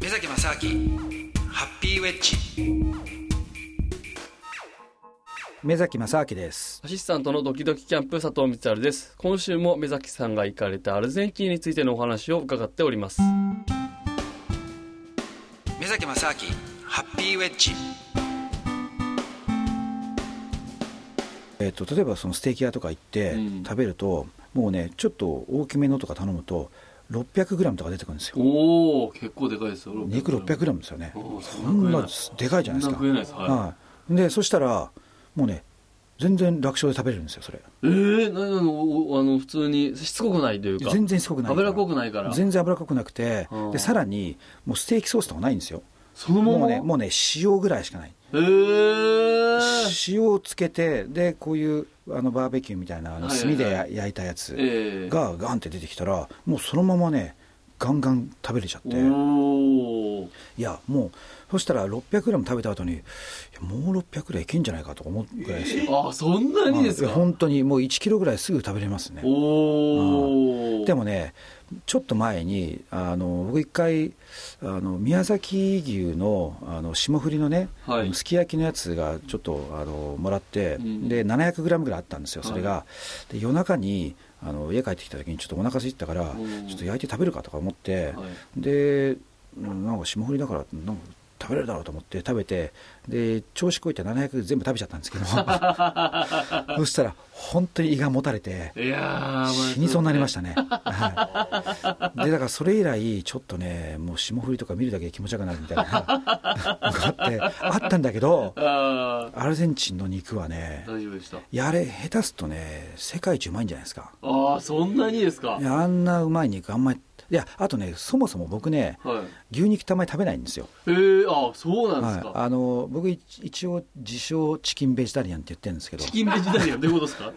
目崎正明ハッピーウェッジ目崎正明ですアシスタントのドキドキキャンプ佐藤光晴です。今週も目崎さんが行かれたアルゼンチンについてのお話を伺っております。目崎正明ハッピーウェッジえっと例えばそのステーキ屋とか行ってうん食べると、もうねちょっと大きめのとか頼むと 600g とか出てくるんですよおお、結構でかいですよ。肉 600g ですよねおーそんなでかいじゃないですかそんな食えないですはいはいでそしたらもうね全然楽勝で食べれるんですよそれええー、ななの、おあの、普通にしつこくないというか。全然しつこくないから脂っこくないから。全然脂っこくなくてうんでさらにもうステーキソースとかないんですよそのまま。もうねもうね塩ぐらいしかないええー。塩をつけてでこういうあのバーベキューみたいなあのはいは炭いではや焼いたやつええがガンって出てきたらもうそのままねガンガン食べれちゃっておお。いやもうそしたら 600g 食べた後にいやもう600ぐらいいけんじゃないかとか思うぐらいですよあ、そんなにですはいいやか。本当にもう1キロぐらいすぐ食べれますねおお。でもねちょっと前にあの僕一回あの宮崎牛のあの霜降りのね、はいあのすき焼きのやつがちょっとあのもらって、うんで 700g ぐらいあったんですよそれが、で夜中にあの家帰ってきた時にちょっとお腹空いてたから、うんちょっと焼いて食べるかとか思って、はいでうんなんか霜降りだからなんか食べれるだろうと思って食べてで調子こいて700全部食べちゃったんですけどそ したら本当に胃がもたれていやー、。死にそうになりました たね、はい、でだからそれ以来ちょっとねもう霜降りとか見るだけで気持ち悪くなるみ たいなのがあってあったんだけどああ、アルゼンチンの肉はね大丈夫でした。いやあれ下手すとね世界一うまいんじゃないですかああ、そんなにですか。いやあんなうまい肉あんまりいやあとねそもそも僕ねはい。牛肉たまに食べないんですよ、えー、あそうなんですか、はい、あの僕い一応自称チキンベジタリアンって言ってるんですけどチキンベジタリアンってことですか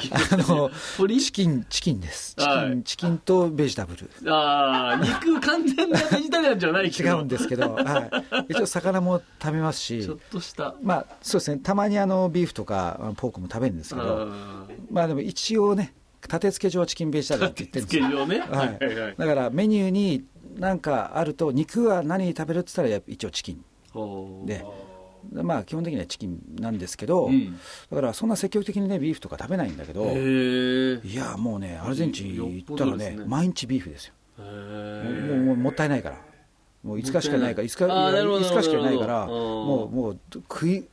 チキンベジタあリアンの鳥チキンチキンですチキン,、はいチキンとベジタブルあー肉完全なベジタリアンじゃないけ違どうんですけ ど、はい、一応魚も食べますちしょっとしたまあそうですねたまにあのビーフとかポークも食べるんですけどあーまあでも一応ね立て付け上はチキンベジタリアンって言ってるんスですケジよ、ュールをね、ははいはいはいい、だからメニューになんかあると肉は何食べるって言ったらやっぱ一応チキンおーでまあ基本的にはチキンなんですけど、うんだからそんな積極的にねビーフとか食べないんだけど、へーいやもうねアルゼンチン行ったよっぽどらでねすね毎日ビーフですよへもうーもうもったいないからもう5日しかないから5もっ日たいないあーなるほど5日しかないかならるほどうんもうもう食い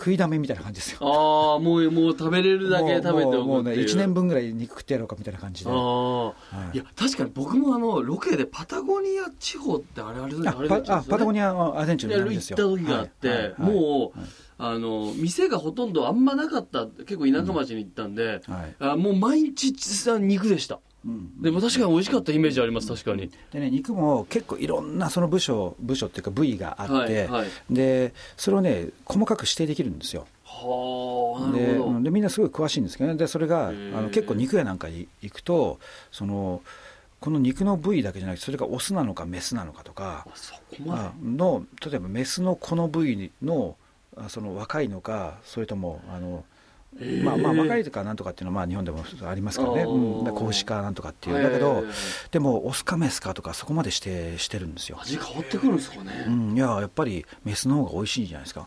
食いだめみたいな感じですよああもうもう食べれるだけ食べておくっていうもうもうね1年分ぐらい肉食ってやろうかみたいな感じであああ、はいい、や確かに僕もあのロケでパタゴニア地方ってあれあれあれパあパタゴニアはアルゼンチンでになるん行でっすたよ時があって、はいはいはいもう、あの店がほとんどあんまなかった結構田舎町に行ったんで、はいあもう毎日さ肉でしたうんでも確かに美味しかったイメージあります確かにでね肉も結構いろんなその部署部署っていうか部位があって、はいはいでそれをね細かく指定できるんですよはあなでるほうどんでみんなすごい詳しいんですけどねでそれがあへえの結構肉屋なんかに行くとそのこの肉の部位だけじゃなくてそれがオスなのかメスなのかとかあそこあまの例えばメスのこの部位のあその若いのかそれともあの、で、へえまあ、まあ若いとかなんとかっていうのはまあ日本でもありますからねあーうんだから子牛かなんとかっていへうえだけどでもオスかメスかとかそこまでしてしてるんですよ、味変わってくるんですかね、うん、いややっぱりメスの方が美味しいんじゃないですか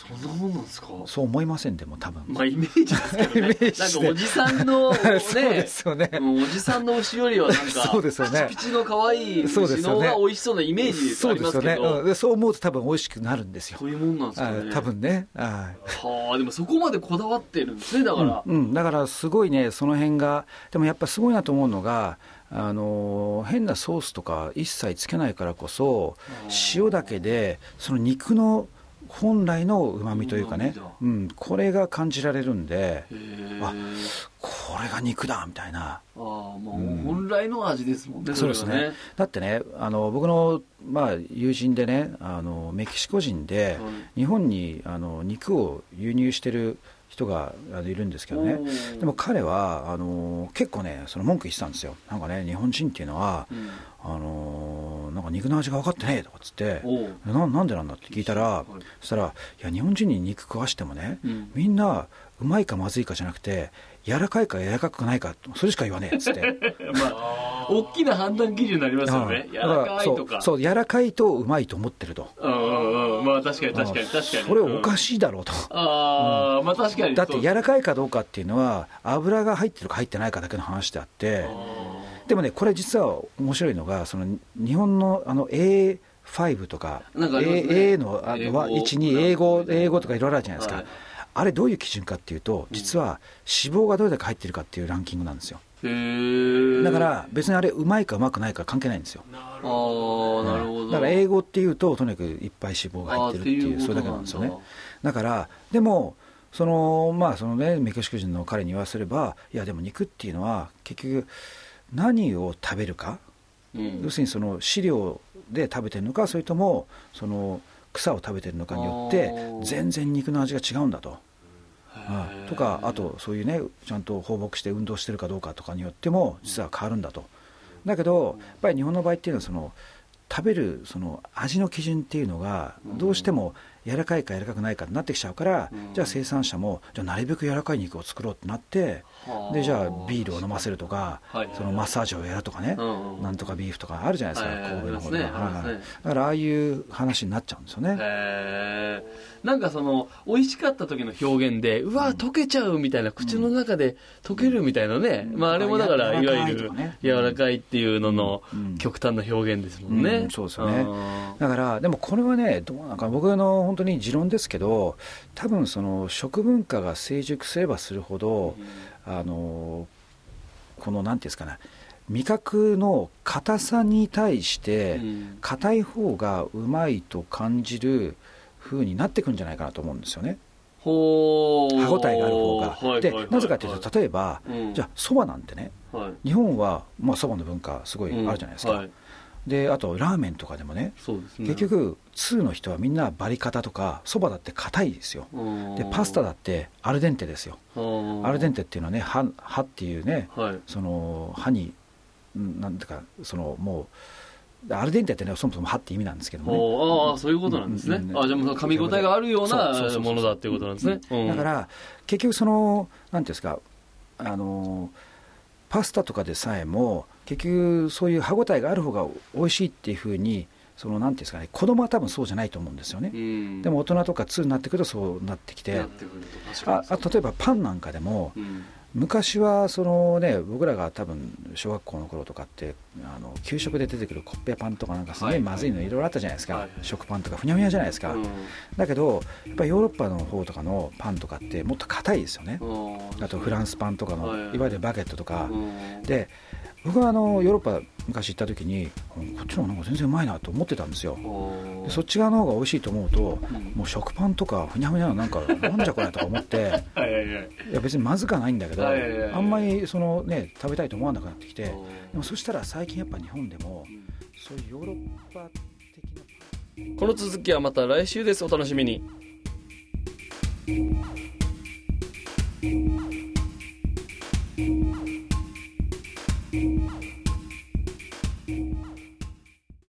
そんなもんなんですかそう思いませんでも多分まあイメージですけどねイメージでなんかおじさんのね そうですよねもうおじさんの牛よりはなんかそうですよねピチピチの可愛い牛そのうです方よねが美味しそうなイメージそあうりでますすよけね、どうん、でそう思うと多分美味しくなるんですよそういうもんなんですかねあ多分ねはいはあでもそこまでこだわってるんですねだから、うんうん、だからすごいねその辺がでもやっぱすごいなと思うのがあのー変なソースとか一切つけないからこそ塩だけでその肉の本来のうまみというかね旨味だ、うん、これが感じられるんでへえあこれが肉だみたいなああもう本来の味ですもんね、そうれではすねだってねあの僕の、まあ、友人でねあのメキシコ人で、は日本にあの肉を輸入してる人があのいるんですけどねおーでも彼はあの結構ねその文句言ってたんですよなんかね日本人っていうのは、うんあのなんか肉の味が分かってねえとかっつっておうななんでなんだって聞いたら、はいそしたらいや日本人に肉食わしてもね、うんみんなうまいかまずいかじゃなくて柔らかいか柔らかくないかそれしか言わねえっつってまあ、大きな判断基準になりますよね。うん柔らかいとだらか。そうそう柔らかいとうまいと思ってるとうんうんうん。まあ確かに確かに確かに。それおかい。しいだろうと、ああ、まあ確かに。だってそう柔らかいかどうかっていうのは油が入ってるか入ってないかだけの話であってでもねこれ実は面白いのがその日本のあの A5 とかなんかありますね A, A のあ英の語は12英語英語とかいろいろあるじゃないですか、はいあれどういう基準かっていうと実は脂肪がどれだけ入ってるかっていうランキングなんですよへーだから別にあれうまいかうまくないか関係ないんですよああ、なるほど。だから英語っていうととにかくいっぱい脂肪が入ってるっていうあーっていうことそれだけなんですよねなんだだからでもそのまあそのねメキシコ人の彼に言わせればいやでも肉っていうのは結局何を食べるか、うん要するにその飼料で食べてるのかそれともその草を食べてるのかによってあー全然肉の味が違うんだと。うんとかあとそういうねちゃんと放牧して運動してるかどうかとかによっても実は変わるんだとだけどやっぱり日本の場合っていうのはその食べるその味の基準っていうのがどうしても柔らかいか柔らかくないかになってきちゃうからうんじゃあ生産者もじゃあなるべく柔らかい肉を作ろうってなってはあでじゃあビールを飲ませるとかはいそのマッサージをやるとかねうんうんなんとかビーフとかあるじゃないですかはい神戸の方ありでまはすねありますねはいだからああいう話になっちゃうんですよねへーなんかその美味しかった時の表現でうわ溶けちゃうみたいな口の中で溶けるみたいなね、うんまあ、あれもだからうんいわゆる柔柔ららかいっていうののうん極端な表現ですもんね、うんそうですよねあだからでもこれはねどうなんかな僕の本当に持論ですけど多分その食文化が成熟すればするほど、あのこのなんていうんですかね味覚の硬さに対しーてうん硬い方がうまいと感じる風になってくんじゃないかなと思うんですよねほー歯応えがある方はいはいはいはが。いでなぜかというと例えばうんじゃあそばなんてねはい日本はまあそばの文化すごいうんあるじゃないですか、はいであとラーメンとかでもねそうですね結局通の人はみんなバリカタとかそばだって硬いですよでパスタだってアルデンテですよアルデンテテっていうのはね歯歯っていうねはいその歯にんなんていうかそのもうアルデンテってねそもそも歯って意味なんですけどもねほーああそういうことなんですね、うんうんうんあじゃあもう噛み応えがあるようそうそうそうなそうものだっていうことなんですね、うだんから結局そのなんていうんですかあのパスタとかでさえも結局そういう歯ごたえがある方が美味しいっていうふうにそのなんていうんですかね子供は多分そうじゃないと思うんですよねうんでも大人とか通になってくるとそうなってきてなってくると確かあにあ例えばパンなんかでもうん昔はそのね僕らが多分小学校の頃とかってあの給食で出てくるコッペパンとかなんかすげはえいまずいのいろいろあったじゃないですか、はい食パンとかふにゃふにゃじゃないですか、うんだけどやっぱりヨーロッパの方とかのパンとかってもっと硬いですよね、うんあとフランスパンとかの、はいいはいわゆるバゲットとか、うんで僕はあのヨーロッパ昔行った時にうんこっちの方がなんか全然うまいなと思ってたんですよおーでそっち側の方が美味しいと思うと、んもう食パンとかふにゃふにゃのなんかなんじゃこれとか思 って。はいはいはいいや別にまずくはないんだけど、はいはいはいあんまりそのね食べたいと思わなくなってきて、でおーもそしたら最近やっぱ日本でもそういうヨーロッパ的な。この続きはまた来週ですお楽しみに